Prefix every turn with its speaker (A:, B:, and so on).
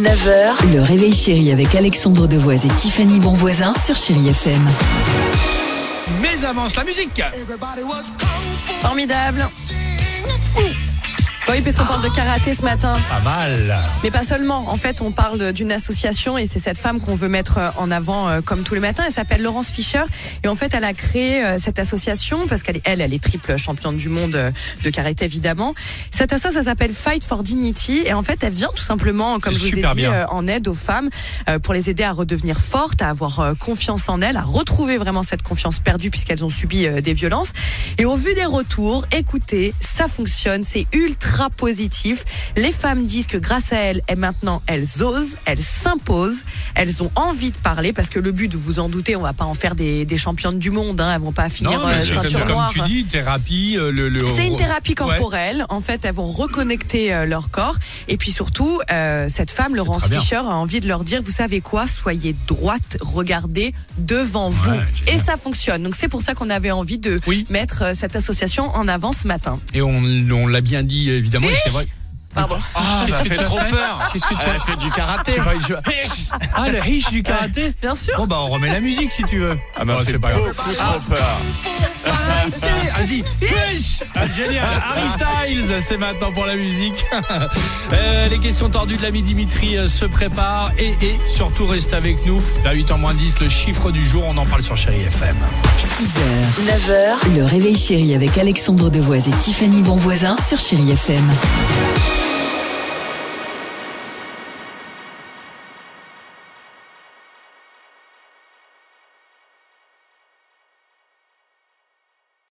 A: 9h, le réveil chéri avec Alexandre Devoise et Tiffany Bonvoisin sur Chérie FM.
B: Mais avance la musique
C: Euh, Formidable. Bah Oui, parce qu'on parle de karaté ce matin,
B: Pas mal
C: mais pas seulement. En fait, on parle d'une association et c'est cette femme qu'on veut mettre euh, en avant euh, comme tous les matins. Elle s'appelle Laurence Fischer et en fait, elle a créé euh, cette association parce qu'elle est, elle, elle est triple championne du monde euh, de karaté évidemment. Cette association, ça s'appelle Fight for Dignity et en fait, elle vient tout simplement, comme je
B: C'est
C: vous ai dit,
B: super bien.
C: euh, en aide aux femmes euh, pour les aider à redevenir fortes, à avoir euh, confiance en elles, à retrouver vraiment cette confiance perdue puisqu'elles ont subi euh, des violences. Et au vu des retours, écoutez, ça fonctionne, c'est ultra positif. Les femmes disent que grâce à elles, et maintenant, elles osent, elles s'imposent, elles ont envie de parler parce que le but, vous vous en doutez, on va pas en faire des, des championnes du monde, hein, elles vont pas finir
B: mais
C: euh,
B: c'est
C: ceinture
B: comme
C: noire.
B: tu dis, thérapie, euh, le... le-
C: C'est une thérapie
B: Ouais.
C: corporelle. En fait, elles vont reconnecter euh, leur corps. Et puis surtout, euh, cette femme, Laurence
B: très bien.
C: Fischer, a envie de leur dire, vous savez quoi, soyez droite, regardez devant vous.
B: génial.
C: Et ça fonctionne. Donc c'est pour ça qu'on avait envie de
B: Oui.
C: mettre euh, cette association en avant ce matin.
B: Et on, on l'a bien dit, évidemment, et c'est vrai.
C: Pardon.
B: Ah,
D: Ça fait trop peur.
B: Qu'est-ce que tu
D: Elle
B: as
D: a fait du karaté.
B: Bah, je- Ah, le hish du karaté
C: Bien sûr.
B: Bon, bah, on remet la musique si tu veux. Oh,
D: Ah bah,
B: Bon,
D: c'est beaucoup trop peur.
B: Vas-y. Wesh Ah, Génial. Harry Styles, c'est maintenant pour la musique. Euh, les questions tordues de l'ami Dimitri euh, se préparent. Et, et surtout, reste avec nous. À 8h moins 10, le chiffre du jour, on en parle sur Chéri FM.
A: 6h, 9h, le réveil chéri avec Alexandre Devoise et Tiffany Bonvoisin sur Chérie FM.